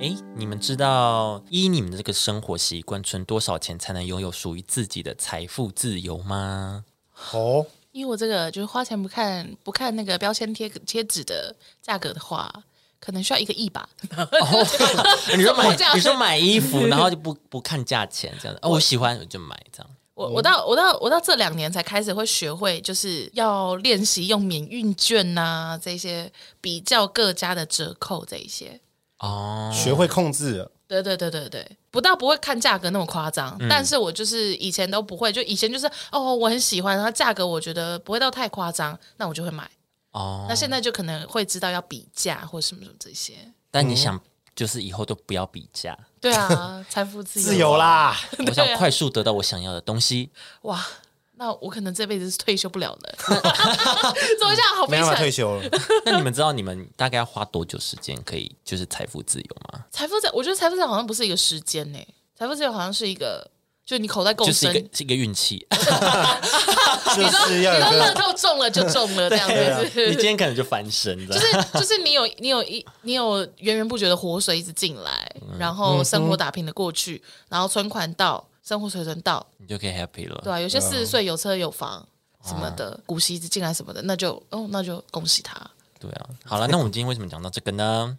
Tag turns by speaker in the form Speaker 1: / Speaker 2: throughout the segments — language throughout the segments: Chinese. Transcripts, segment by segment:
Speaker 1: 诶，你们知道依你们的这个生活习惯，存多少钱才能拥有属于自己的财富自由 吗？
Speaker 2: 哦，
Speaker 3: 因为我这个就是花钱不看不看那个标签贴贴纸的价格的话，可能需要一个 亿吧。
Speaker 1: 哦你 说买
Speaker 3: 这样，
Speaker 1: 你说买衣服，然后就不不看价钱这样子，哦，我喜欢我就买这样。
Speaker 3: 我我到我到我到这两年才开始会学会，就是要练习用免运券呐、这些比较各家的折扣这一些。
Speaker 1: 哦，
Speaker 2: 学会控制了，
Speaker 3: 对对对对对，不到不会看价格那么夸张，
Speaker 1: 嗯
Speaker 3: 但是我就是以前都不会，就以前就是哦，我很喜欢，然后价格我觉得不会到太夸张，那我就会买。
Speaker 1: 哦
Speaker 3: 那，现在就可能会知道要比价或什么什么这些。
Speaker 1: 但你想，就是以后都不要比 价，
Speaker 3: 对啊，财富自由，
Speaker 2: 自由 啦。
Speaker 3: 啊
Speaker 1: 我想快速得到我想要的东西。
Speaker 3: 哇！那我可能这辈子是退休不了 的， 怎么这样好
Speaker 2: 没
Speaker 3: 悲
Speaker 2: 办法退
Speaker 3: 惨？
Speaker 2: 休了，
Speaker 1: 那你们知道你们大概要花多久时间可以就是财富自由吗？
Speaker 3: 财富自由，我觉得财富自由好像不是一个时间呢、财富自由好像是一个，就你口袋够
Speaker 1: 就是
Speaker 3: 深，
Speaker 1: 一个是一个运气，
Speaker 2: 就是要有
Speaker 3: 你说乐
Speaker 2: 个
Speaker 3: 透中了 就中 了这样
Speaker 2: 啊
Speaker 3: 子，是 不
Speaker 1: 你
Speaker 3: 是
Speaker 1: 今天可能就翻身了。
Speaker 3: 就是就是你有你有一你有源源不绝的活水一直进来，
Speaker 2: 嗯
Speaker 3: 然
Speaker 1: 嗯
Speaker 3: 后生活打拼的过去，然后存款到，生活水准到，
Speaker 1: 你就可以 happy 了。
Speaker 3: 对啊吧、有
Speaker 2: 嗯
Speaker 3: 些四十岁有车有房什么的，股息一直进来什么的，那就哦那就恭喜他。
Speaker 1: 对啊，好了，那我们今天为什么讲到这个呢？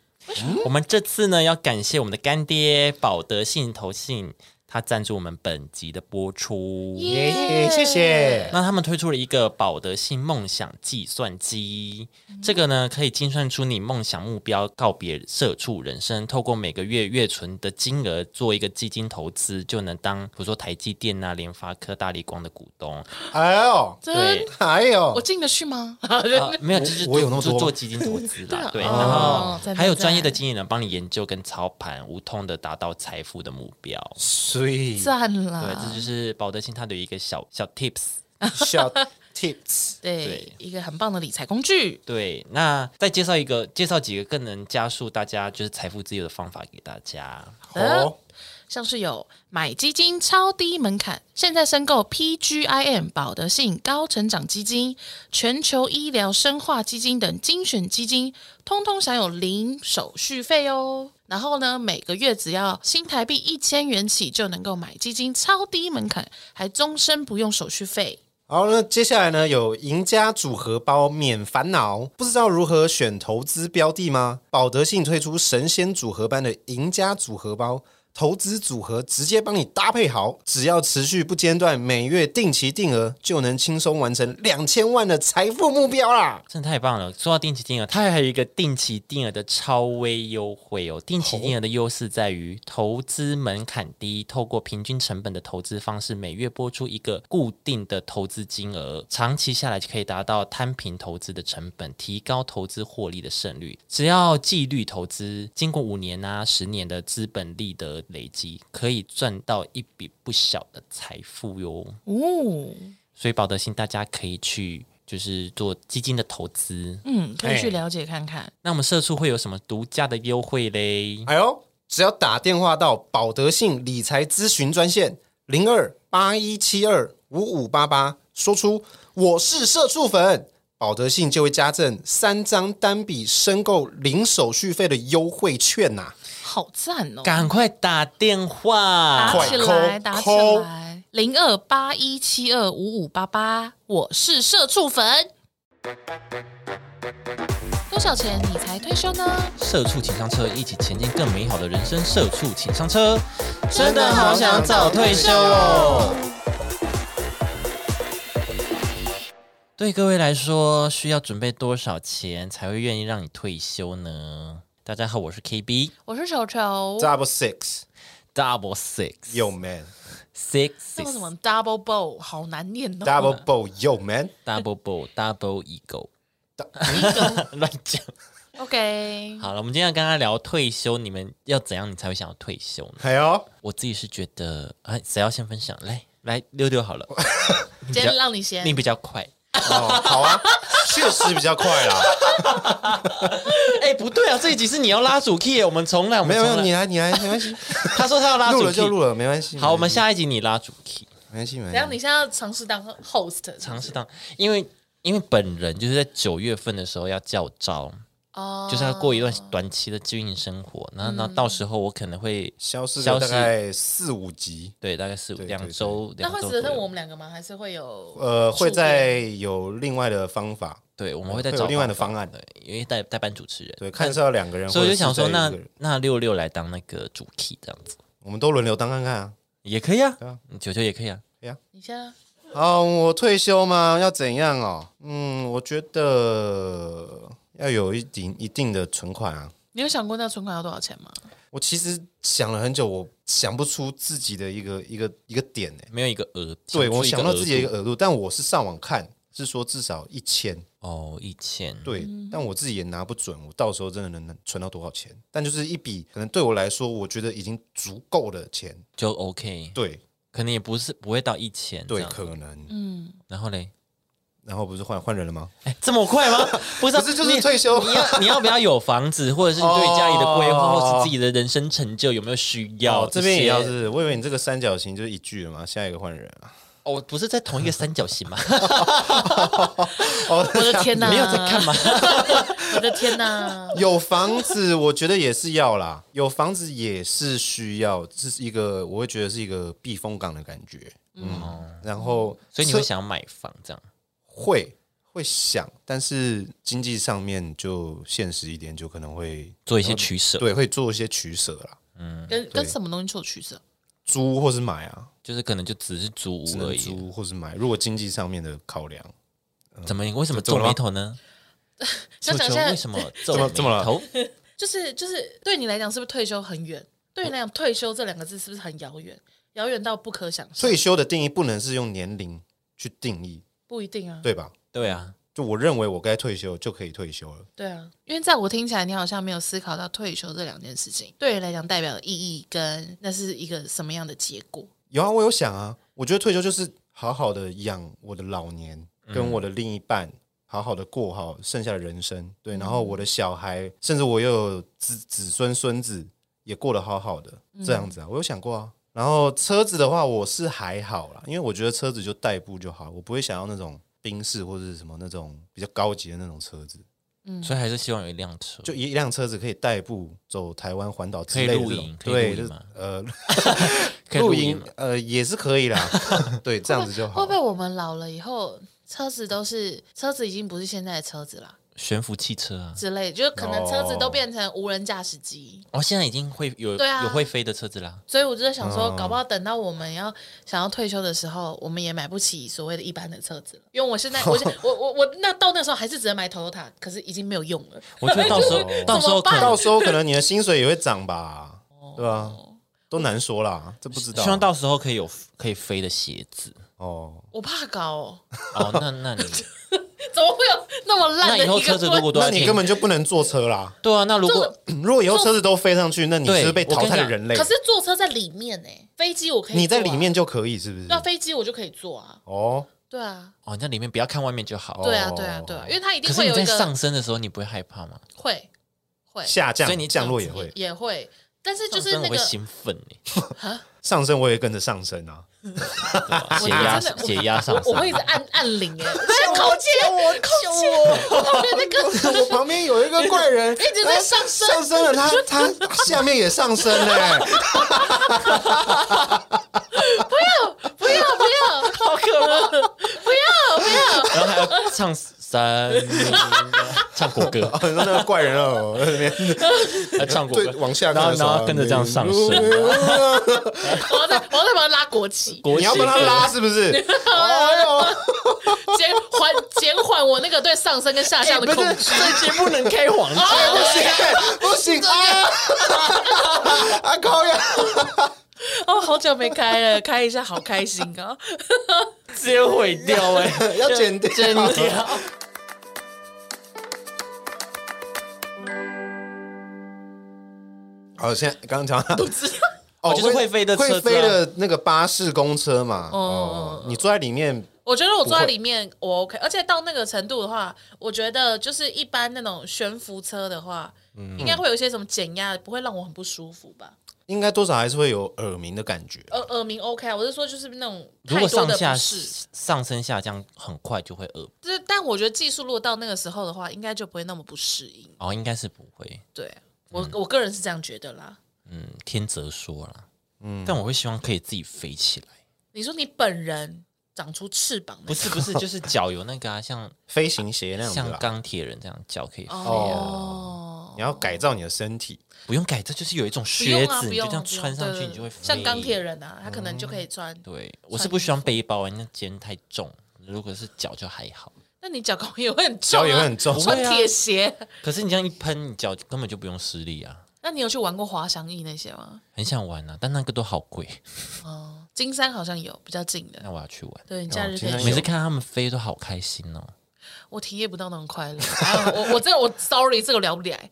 Speaker 1: 我们这次呢要感谢我们的干爹保德信投信，他赞助我们本集的播出。
Speaker 2: 耶耶，谢谢。
Speaker 1: 那他们推出了一个保德信梦想计算机，这个呢可以精算出你梦想目标，告别社畜人生。透过每个月月存的金额做一个基金投资，就能当比如说台积电啊、联发科、大力光的股东。
Speaker 2: 哎呦，
Speaker 3: 真，
Speaker 2: 哎
Speaker 3: 我
Speaker 2: 呦，
Speaker 3: 进得去吗？
Speaker 1: 啊，没有，就是
Speaker 2: 我有那么
Speaker 1: 就
Speaker 2: 多
Speaker 1: 做基金投资啦，
Speaker 3: 对
Speaker 1: 对，
Speaker 3: 啊
Speaker 1: 然
Speaker 3: 哦
Speaker 1: 后
Speaker 3: 赞
Speaker 1: 还有
Speaker 3: 赞
Speaker 1: 专业的
Speaker 3: 赞
Speaker 1: 经理人帮你研究跟操盘，无痛的达到财富的目标。
Speaker 2: 所以
Speaker 3: 赞
Speaker 1: 嗯对，
Speaker 3: 啦，
Speaker 1: 这就是保德信它的一个小小 tips。
Speaker 2: 小 tips，
Speaker 3: 对
Speaker 1: 对
Speaker 3: 一个很棒的理财工具。
Speaker 1: 对，那再介绍一个，介绍几个更能加速大家就是财富自由的方法给大家。
Speaker 3: 嗯
Speaker 2: 哦，
Speaker 3: 像是有买基金超低门槛，现在申购 PGIM 保德信高成长基金、全球医疗生化基金等精选基金，通通享有零手续费哦。然后呢，每个月只要新台币一千元起就能够买基金，超低门槛，还终身不用手续费。
Speaker 2: 好，那接下来呢？有赢家组合包免烦恼，不知道如何选投资标的吗？保德信推出神仙组合般的赢家组合包，投资组合直接帮你搭配好，只要持续不间断，每月定期定额就能轻松完成两千万的财富目标啦！
Speaker 1: 真的太棒了！说到定期定额，它还有一个定期定额的超微优惠哦。定期定额的优势在于投资门槛低，透过平均成本的投资方式，每月拨出一个固定的投资金额，长期下来就可以达到摊平投资的成本，提高投资获利的胜率。只要纪律投资，经过五年啊、十年的资本利得累积，可以赚到一笔不小的财富哟。
Speaker 3: 哦，
Speaker 1: 所以保德信大家可以去。就是做基金的投资，
Speaker 3: 嗯，可以去
Speaker 2: 哎
Speaker 3: 了解看看。
Speaker 1: 那我们社畜会有什么独家的优惠嘞？
Speaker 2: 哎呦，只要打电话到保德信理财咨询专线零二八一七二五五八八，说出我是社畜粉，保德信就会加赠三张单笔申购零手续费的优惠券呐、
Speaker 3: 好赞哦！
Speaker 1: 赶快打电话！
Speaker 3: 打
Speaker 2: 快
Speaker 3: 起来，
Speaker 2: call，
Speaker 3: 打起
Speaker 2: call
Speaker 3: 来，零二八一七二五五八八，我是社畜粉。多少钱你才退休呢？
Speaker 1: 社畜请上车，一起前进更美好的人生。社畜请上车，真
Speaker 2: 的好想早退休哦！
Speaker 1: 对各位来说，需要准备多少钱才会愿意让你退休呢？大家好，我是 KB
Speaker 3: 我是球球，
Speaker 2: Double Six，
Speaker 1: Double Six
Speaker 2: 有 man。
Speaker 1: Six
Speaker 3: 这个什
Speaker 1: Six
Speaker 3: 么 double bow 好难念哦。
Speaker 2: Double b o w 有 man。
Speaker 1: Double Bull Double Eagle，
Speaker 3: Eagle
Speaker 1: 乱讲。
Speaker 3: OK，
Speaker 1: 好了，我们今天要跟大家聊退休，你们要怎样你才会想要退休呢？
Speaker 2: 哎呦，
Speaker 1: 我自己是觉得，啊，谁要先分享？来来，溜溜好了，
Speaker 3: 今天让你先
Speaker 1: 你。比较快。
Speaker 2: 哦，好啊，确实比较快啦。
Speaker 1: 哎、不对啊，这一集是你要拉主 key，耶我们重来，我们
Speaker 2: 没有没有，
Speaker 1: 重来
Speaker 2: 你来你来，没关 系，
Speaker 1: 他说他要拉主
Speaker 2: 录
Speaker 1: key，
Speaker 2: 了就录了，没关系。
Speaker 1: 好，我们
Speaker 2: 没关系
Speaker 1: 下一集你拉主 key，
Speaker 2: 没关系没
Speaker 3: 等下
Speaker 2: 关
Speaker 3: 你
Speaker 2: 系。
Speaker 3: 现在要尝试当 host，
Speaker 1: 尝试当，因为因为本人就是在九月份的时候要教招，
Speaker 3: 哦，
Speaker 1: 就是要过一段短期的经营生活。那那
Speaker 2: 嗯
Speaker 1: 到时候我可能会
Speaker 2: 消失
Speaker 1: 消
Speaker 2: 了
Speaker 1: 失
Speaker 2: 大概四五集，
Speaker 1: 对大概是
Speaker 2: 对
Speaker 1: 两
Speaker 2: 对
Speaker 1: 周，
Speaker 3: 那
Speaker 1: 两
Speaker 3: 会
Speaker 1: 周
Speaker 3: 只
Speaker 1: 左
Speaker 3: 剩
Speaker 1: 右
Speaker 3: 我们两个吗？还是会有
Speaker 2: 呃，会
Speaker 3: 数
Speaker 2: 再有另外的方法，
Speaker 1: 对，我们会再
Speaker 2: 会有
Speaker 1: 找
Speaker 2: 另外的方案
Speaker 1: 对，因为代代班主持人，
Speaker 2: 对，看是要两个人，
Speaker 1: 所以我就想说，
Speaker 2: 或者是
Speaker 1: 那
Speaker 2: 再一个人
Speaker 1: 那六六来当那个主 key 这样子
Speaker 2: 我们都轮流当看看啊。
Speaker 1: 也可以啊
Speaker 2: 对啊，
Speaker 1: 嗯九九也可以啊，
Speaker 3: 你先啊？
Speaker 2: 啊，我退休吗？要怎样哦？嗯，我觉得要有一定一定的存款啊。
Speaker 3: 你有想过那存款要多少钱吗？
Speaker 2: 我其实想了很久，我想不出自己的一个一个一个点诶、
Speaker 1: 没有一个额，不
Speaker 2: 对
Speaker 1: 出
Speaker 2: 我
Speaker 1: 一个
Speaker 2: 想到自己的一
Speaker 1: 额
Speaker 2: 个额度，但我是上网看，是说至少一千。
Speaker 1: 度哦，一千，
Speaker 2: 对，但我自己也拿不准，我到时候真的能存到多少钱？但就是一笔可能对我来说，我觉得已经足够的钱。
Speaker 1: 就 OK，
Speaker 2: 对
Speaker 1: 可能也不是不会到一千，
Speaker 2: 对，
Speaker 1: 这样
Speaker 2: 可能。
Speaker 3: 嗯，
Speaker 1: 然后嘞，
Speaker 2: 然后不是换换人了吗？
Speaker 1: 哎，这么快 吗？不是啊，
Speaker 2: 不是就是
Speaker 1: 你
Speaker 2: 退休
Speaker 1: 你要你要不要有房子，或者是你对家里的规划，
Speaker 2: 哦
Speaker 1: 或是自己的人生成就有没有需
Speaker 2: 要
Speaker 1: 要？
Speaker 2: 哦这边也要
Speaker 1: 些
Speaker 2: 是，我以为你这个三角形就是一句了嘛，下一个换人啊。
Speaker 1: 哦，不是在同一个三角 形吗？
Speaker 3: 我的
Speaker 2: 哦
Speaker 3: 天哪，
Speaker 1: 没有在干嘛？
Speaker 3: 我的天哪，
Speaker 2: 有房子，我觉得也是要啦，有房子也是需要，这是一个我会觉得是一个避风港的感觉。嗯，然后
Speaker 1: 所以你会
Speaker 2: 车
Speaker 1: 想要买房这样？
Speaker 2: 会会想，但是经济上面就现实一点，就可能会
Speaker 1: 做一些取舍，
Speaker 2: 对会做一些取舍啦，
Speaker 3: 跟跟什么东西做取舍？
Speaker 2: 租或是买啊，
Speaker 1: 就是可能就只是租
Speaker 2: 只
Speaker 1: 屋而
Speaker 2: 能
Speaker 1: 已。啊
Speaker 2: 租或是买。如果经济上面的考量，
Speaker 1: 怎么？你为什么皱眉头呢？
Speaker 3: 想
Speaker 1: 舅
Speaker 3: 想
Speaker 1: 舅
Speaker 3: 现在
Speaker 1: 为 什么皱
Speaker 2: 么怎么
Speaker 1: 眉头？
Speaker 3: 就是就是对你来讲，是不是退休很远？对你来讲，退休这两个字是不是很遥远？遥远到不可想象？
Speaker 2: 退休的定义不能是用年龄去定义，
Speaker 3: 不一定啊。
Speaker 2: 对吧？
Speaker 1: 对啊，
Speaker 2: 就我认为我该退休就可以退休了。
Speaker 3: 对啊，因为在我听起来，你好像没有思考到退休这两件事情对你来讲代表的意义，跟那是一个什么样的结果。
Speaker 2: 有啊，我有想啊，我觉得退休就是好好的养我的老年，跟我的另一半好好的过好剩下的人生。对，然后我的小孩，甚至我又有子子孙孙子也过得好好的，这样子啊，我有想过啊。然后车子的话，我是还好啦，因为我觉得车子就代步就好，我不会想要那种宾士或者是什么那种比较高级的那种车子，
Speaker 3: 嗯
Speaker 1: 所以还是希望有一辆车，
Speaker 2: 就一辆车子可以代步走台湾环岛之
Speaker 1: 可以
Speaker 2: 类的
Speaker 1: 露
Speaker 2: 这种
Speaker 1: 营可以
Speaker 2: 对，
Speaker 1: 露
Speaker 2: 就
Speaker 1: 营
Speaker 2: 是
Speaker 1: 吗
Speaker 2: 呃，
Speaker 1: 可以
Speaker 2: 露
Speaker 1: 营
Speaker 2: 营
Speaker 1: 嘛。
Speaker 2: 呃也是可以啦， 对，这样子就好
Speaker 3: 会
Speaker 2: 了。
Speaker 3: 不会我们老了以后，车子都是车子已经不是现在的车子啦
Speaker 1: 悬浮汽车啊！
Speaker 3: 之类，就是可能车子都
Speaker 2: 哦
Speaker 3: 变成无人驾驶机。
Speaker 1: 哦，现在已经会有
Speaker 3: 对啊
Speaker 1: 有会飞的车子啦。
Speaker 3: 所以我就在想
Speaker 1: 嗯
Speaker 3: 说，搞不好等到我们要想要退休的时候，我们也买不起所谓的一般的车子了。因为我现在，我现 我我我那到那时候还是只能买 Toyota，可是已经没有用了。
Speaker 1: 我 觉得到时候
Speaker 3: 就是
Speaker 1: 到时候
Speaker 3: 怎么
Speaker 1: 可
Speaker 3: 办
Speaker 2: 到
Speaker 1: 能
Speaker 2: 时候可能你的薪水也会涨吧，对吧、都难说啦，这不知道。
Speaker 1: 希望到时候可以有可以飞的鞋子。
Speaker 2: 哦，
Speaker 3: 我怕搞、哦，
Speaker 1: 哦，那那你
Speaker 3: 怎么会有那么烂
Speaker 1: 那
Speaker 3: 的
Speaker 1: 以
Speaker 3: 一个
Speaker 1: 后
Speaker 3: 问
Speaker 1: 车子如果都
Speaker 2: 那
Speaker 1: 要
Speaker 2: 你
Speaker 1: 贴
Speaker 2: 根本就不能坐车啦。
Speaker 1: 对啊，那如果
Speaker 2: 如果以后车子都飞上去，那你是不是被淘汰的人类
Speaker 3: 可。是坐车在里面呢、飞机我可以、
Speaker 2: 你在里，面就可以，是不是
Speaker 3: 对？啊，飞机我就可以坐啊，
Speaker 2: 哦，
Speaker 3: 对啊，
Speaker 1: 哦，那里面不要看外面就好。
Speaker 3: 对啊，对啊，对啊，因为它一
Speaker 1: 哦
Speaker 3: 定
Speaker 1: 可是
Speaker 3: 会
Speaker 1: 你
Speaker 3: 有一
Speaker 1: 在
Speaker 3: 个
Speaker 1: 上升的时候，你不会害怕吗？
Speaker 3: 会会
Speaker 2: 下降，
Speaker 1: 所以你
Speaker 2: 降落也会
Speaker 3: 也会，但是就是
Speaker 1: 上升我
Speaker 3: 那个
Speaker 1: 会兴奋欸耶
Speaker 2: 上升，我也跟着上升啊。
Speaker 1: 对吧
Speaker 3: 我
Speaker 1: 血压
Speaker 3: 真的
Speaker 1: 血压上
Speaker 3: 我
Speaker 1: 升
Speaker 3: 我。会一直按按铃哎，空姐，我空姐，我旁边那个
Speaker 2: 我旁边有一个怪人哎
Speaker 3: 一直在上升
Speaker 2: 上升了，他 他下面也上升 嘞。
Speaker 3: 不要不要，好可怕，不要不要，
Speaker 1: 然后还要唱三唱国歌，
Speaker 2: 哦，你说那个怪人哦，在那边
Speaker 1: 要唱国
Speaker 2: 对
Speaker 1: 歌，
Speaker 2: 往下
Speaker 1: 然
Speaker 2: 看
Speaker 1: 后
Speaker 2: 的时
Speaker 1: 然
Speaker 2: 候，
Speaker 1: 后跟着这样上升。
Speaker 3: 我要再我要再把它拉国旗，
Speaker 1: 国
Speaker 2: 你要
Speaker 1: 旗
Speaker 2: 帮他
Speaker 1: 歌
Speaker 2: 拉是不是？ 哎呦！
Speaker 3: 减缓减缓我那个对上升跟下降
Speaker 1: 哎不
Speaker 3: 的
Speaker 1: 是
Speaker 3: 恐惧。
Speaker 1: 这节目能开黄腔
Speaker 2: 哎不行，不行啊！啊，高呀！
Speaker 3: 哦，好久没开了，开一下好开心哦。
Speaker 1: 直接毁掉 哎、
Speaker 2: 要剪掉
Speaker 1: 剪掉。
Speaker 2: 好，现在刚刚讲 到，
Speaker 1: 哦
Speaker 2: 哦
Speaker 1: 就是会飞的车子啊
Speaker 2: 会飞的那个巴士、公车嘛。
Speaker 3: 哦
Speaker 2: 哦，你坐在里面，
Speaker 3: 我觉得我坐在里面我 OK，而且到那个程度的话，我觉得就是一般那种悬浮车的话，
Speaker 1: 嗯
Speaker 3: 应该会有一些什么减压，不会让我很不舒服吧？
Speaker 2: 应该多少还是会有耳鸣的感觉。
Speaker 3: 耳耳鸣 OK 啊，我是说就是那种
Speaker 1: 如果
Speaker 3: 太多
Speaker 1: 上
Speaker 3: 的
Speaker 1: 下
Speaker 3: 不适，
Speaker 1: 上升下降很快就会饿，
Speaker 3: 就是但但我觉得技术落到那个时候的话，应该就不会那么不适应。
Speaker 1: 哦，应该是不会。
Speaker 3: 对我、我个人是这样觉得啦。
Speaker 1: 嗯，天泽说啦，嗯，但我会希望可以自己飞起来。
Speaker 3: 你说你本人长出翅膀那
Speaker 1: 不
Speaker 3: 个，
Speaker 1: 是不 是，就是脚有那个啊，像
Speaker 2: 飞行鞋那样子
Speaker 1: 像
Speaker 2: 啦。
Speaker 1: 钢铁人这样脚可以飞，
Speaker 3: 哦，
Speaker 2: 你要改造你的身体，
Speaker 1: 不用改，这就是有一种
Speaker 3: 不
Speaker 1: 靴
Speaker 3: 用啊，
Speaker 1: 子，
Speaker 3: 不
Speaker 1: 你就
Speaker 3: 用
Speaker 1: 这
Speaker 3: 啊
Speaker 1: 样穿上
Speaker 3: 不
Speaker 1: 去，
Speaker 3: 用
Speaker 1: 你就会飞。嗯
Speaker 3: 像钢铁。人啊，他可能就可以穿。
Speaker 1: 对，我是不喜欢背包啊，那肩太重。如果是脚就还好，
Speaker 3: 那你脚高也会很重、啊，
Speaker 2: 脚也会很重。
Speaker 1: 不
Speaker 3: 穿
Speaker 1: 会啊
Speaker 3: 铁鞋。
Speaker 1: 可是你这样一喷，你脚根本就不用施力啊。
Speaker 3: 那你有去玩过滑翔翼那些吗？
Speaker 1: 很想玩啊，但那个都好贵，
Speaker 3: 哦，金山好像有比较近的
Speaker 1: 那，我要去玩。
Speaker 3: 对你假日可
Speaker 2: 金山
Speaker 3: 以
Speaker 2: 有
Speaker 1: 每次看他们飞都好开心哦。
Speaker 3: 我体验不到那种快乐。 哎我我这我 sorry，这个聊不来，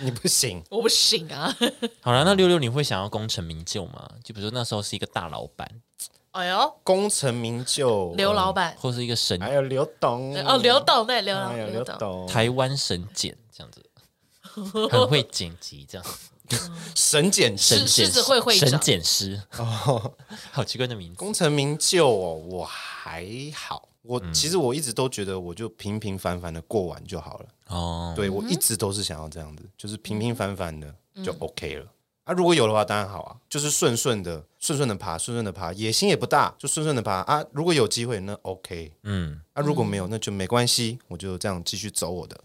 Speaker 2: 你不行，
Speaker 3: 我不行啊。
Speaker 1: 好了，那六六你会想要功成名就吗？就比如说那时候是一个大老板，
Speaker 3: 哎呦，
Speaker 2: 功成名就。
Speaker 3: 刘老板，
Speaker 1: 或是一个神
Speaker 2: 嗯，还有刘董嗯
Speaker 3: 对，哦，刘董对，刘老
Speaker 2: 还有
Speaker 3: 刘
Speaker 2: 刘
Speaker 3: 董，
Speaker 2: 董，
Speaker 1: 台湾神剪这样 子，很会剪辑这样，
Speaker 2: 神剪
Speaker 1: 神
Speaker 2: 师
Speaker 3: 是
Speaker 1: 剪
Speaker 3: 狮子会会长
Speaker 1: 神剪师，哦 好奇怪的名字。
Speaker 2: 功成名就哦，我还好。我、其实我一直都觉得，我就平平凡凡的过完就好了。
Speaker 1: 哦，
Speaker 2: 对
Speaker 3: 嗯
Speaker 2: 我一直都是想要这样子，就是平平凡凡的就 OK 了。啊，如果有的话，当然好啊，就是顺顺的、顺顺的爬、顺顺的爬，野心也不大，就顺顺的爬啊。如果有机会，那 OK；
Speaker 1: 嗯，
Speaker 2: 啊，如果没有，那就没关系，我就这样继续走我的。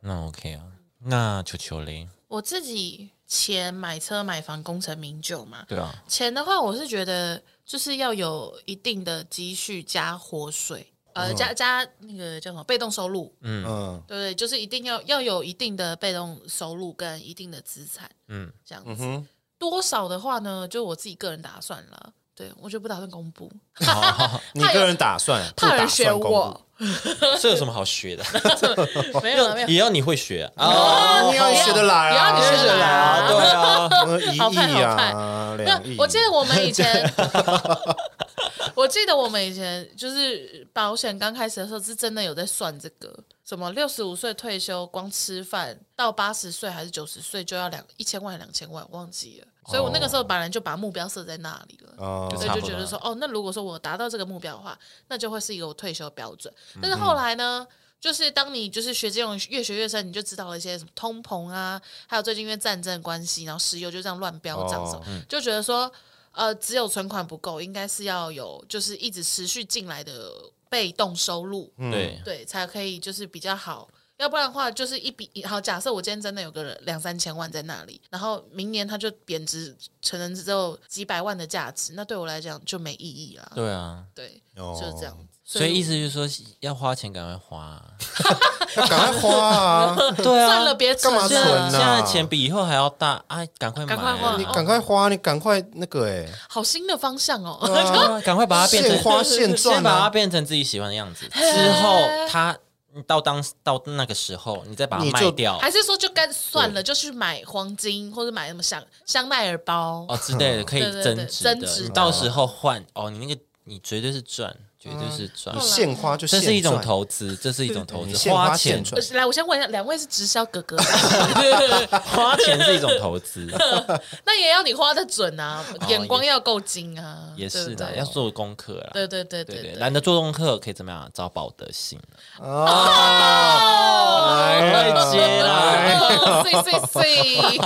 Speaker 1: 那 OK 啊，那球球嘞，
Speaker 3: 我自己钱买车买房功成名就嘛。
Speaker 1: 对啊，
Speaker 3: 钱的话，我是觉得就是要有一定的积蓄加活水，呃，加加那个叫什么被动收入，
Speaker 2: 嗯，
Speaker 3: 对不对？就是一定要要有一定的被动收入跟一定的资产，
Speaker 1: 嗯，
Speaker 3: 这样
Speaker 2: 嗯
Speaker 3: 子。
Speaker 2: 哼，
Speaker 3: 多少的话呢，就我自己个人打算了。对，我就不打算公布，
Speaker 2: 你个人打算不
Speaker 3: 怕
Speaker 2: 打
Speaker 3: 人学
Speaker 2: 算公布？
Speaker 3: 我。
Speaker 1: 这有什么好学的？
Speaker 3: 没有了，没有。
Speaker 1: 也要你会学啊，
Speaker 2: 哦，你要学得来
Speaker 3: 也要
Speaker 2: 啊，
Speaker 3: 你学得来啊
Speaker 1: 对啊，
Speaker 2: 什么一
Speaker 3: 好看
Speaker 2: 亿
Speaker 3: 好
Speaker 2: 啊，
Speaker 3: 那
Speaker 2: 两亿。
Speaker 3: 我记得我们以 前，我记得我们以前就是保险刚开始的时候是真的有在算这个，什么六十五岁退休，光吃饭到八十岁还是九十岁就要两一千万两千万，忘记了。所以我那个时候本来就把目标设在那里了。
Speaker 2: 哦
Speaker 1: 就
Speaker 3: 所以
Speaker 1: 差
Speaker 3: 就
Speaker 1: 不
Speaker 3: 觉
Speaker 1: 多
Speaker 3: 得
Speaker 1: 了
Speaker 3: 说，哦，那如果说我达到这个目标的话，那就会是一个我退休标准。
Speaker 1: 嗯
Speaker 3: 但是后来呢，就是当你就是学金融越学越深，你就知道了一些什么通膨啊，还有最近因为战争关系，然后石油就这样乱飙涨什么，
Speaker 2: 哦
Speaker 3: 就觉得说，呃，只有存款不够，应该是要有就是一直持续进来的被动收入，
Speaker 2: 嗯
Speaker 1: 对，
Speaker 3: 对，才可以就是比较好。要不然的话，就是一笔好。假设我今天真的有个两三千万在那里，然后明年它就贬值，可能只有几百万的价值，那对我来讲就没意义了。
Speaker 1: 对啊，
Speaker 3: 对，
Speaker 2: 哦
Speaker 3: 就是这样子。
Speaker 1: 所以意思就是说要花钱赶快花啊，
Speaker 2: 要赶快花 啊！
Speaker 1: 对啊，
Speaker 3: 算了，别存
Speaker 2: 干嘛
Speaker 1: 现在
Speaker 2: 存啊
Speaker 3: 了，
Speaker 1: 现在的钱比以后还要大啊，赶快买
Speaker 3: 赶快花
Speaker 1: 啊，
Speaker 2: 你
Speaker 3: 哦
Speaker 2: 赶快花，你赶快那个哎、
Speaker 3: 好新的方向哦。
Speaker 2: 对啊
Speaker 1: 对啊赶快把它变成
Speaker 2: 现花现
Speaker 1: 先
Speaker 2: 赚
Speaker 1: 把它
Speaker 2: 啊！
Speaker 1: 变成自己喜欢的样子，之后它你到当到那个时候，你再把它
Speaker 2: 你
Speaker 1: 卖
Speaker 2: 就
Speaker 1: 掉
Speaker 3: 还是说就干算了，就去买黄金或者买什么香香奈儿包。
Speaker 1: 哦之类的，可以
Speaker 3: 对对对
Speaker 1: 增值
Speaker 3: 增
Speaker 1: 的，
Speaker 3: 值
Speaker 1: 你
Speaker 3: 的
Speaker 1: 到时候换哦，你那个你绝对是赚，绝对是赚
Speaker 2: 你，现花就
Speaker 1: 这
Speaker 2: 嗯现
Speaker 1: 是一种
Speaker 2: 赚，
Speaker 1: 投资，这是一种投
Speaker 2: 你
Speaker 1: 资，
Speaker 2: 现花
Speaker 1: 花
Speaker 2: 现
Speaker 1: 钱
Speaker 2: 赚。
Speaker 3: 来，我先问一下，两呃位是直销哥哥，
Speaker 1: 花钱是一种投资，
Speaker 3: 那也要你花的准啊，眼光
Speaker 1: 哦也
Speaker 3: 要够精啊，
Speaker 1: 也是
Speaker 3: 对不对
Speaker 1: 的，要做功课啦。
Speaker 3: 对对对
Speaker 1: 对
Speaker 3: 对
Speaker 1: 对，
Speaker 3: 对。
Speaker 1: 懒得做功课可以怎么样？找保德信啊，
Speaker 2: 哦，来
Speaker 1: 快接啦！
Speaker 3: 碎碎碎，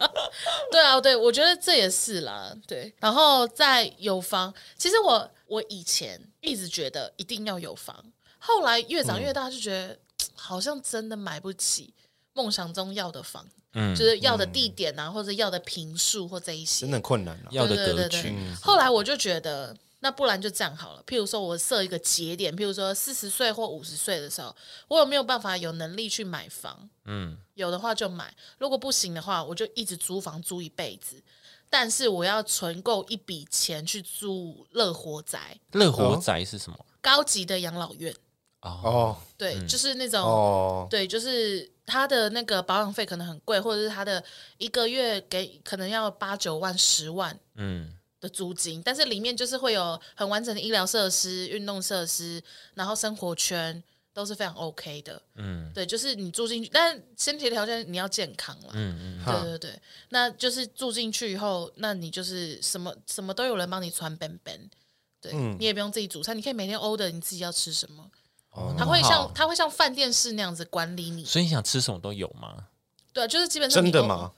Speaker 3: 对啊，对，我觉得这也是啦，对。然后在有房，其实我我以前一直觉得一定要有房，后来越长
Speaker 1: 嗯
Speaker 3: 越大就觉得、好像真的买不起梦想中要的房，
Speaker 1: 嗯
Speaker 3: 就是要的地点啊，或者要的平数或这一些
Speaker 2: 真。的很困难啊！
Speaker 1: 要的
Speaker 3: 对
Speaker 1: 格
Speaker 3: 对对对
Speaker 1: 局，
Speaker 3: 后来我就觉得，那不然就这样好了。譬如说，我设一个节点，譬如说四十岁或五十岁的时候，我有没有办法有能力去买房？
Speaker 1: 嗯，
Speaker 3: 有的话就买，如果不行的话，我就一直租房租一辈子。但是我要存够一笔钱去租乐活宅，
Speaker 1: 乐活宅是什么？
Speaker 3: 高级的养老院，
Speaker 1: 哦，
Speaker 2: 哦
Speaker 3: 对，就是那种
Speaker 2: 哦，
Speaker 3: 对，就是他的那个保养费可能很贵，或者是他的一个月给可能要八九万、十万
Speaker 1: 嗯，
Speaker 3: 的租金，但是里面就是会有很完整的医疗设施、运动设施，然后生活圈都是非常 OK 的。
Speaker 1: 嗯，
Speaker 3: 对，就是你住进去，但先决条件你要健康啦。
Speaker 1: 嗯嗯，
Speaker 2: 哈
Speaker 3: 对对对，那就是住进去以后，那你就是什么什
Speaker 2: 嗯
Speaker 3: 么都有人帮你穿 ben ben，对、你也不用自己煮菜，你可以每天 order 你自己要吃什么。
Speaker 2: 哦
Speaker 3: 它会像
Speaker 1: 好
Speaker 3: 它会像饭店式那样子管理你。
Speaker 1: 所以你想吃什么都有吗？
Speaker 3: 对啊，就是基本上
Speaker 2: 真
Speaker 3: 你
Speaker 2: 的吗？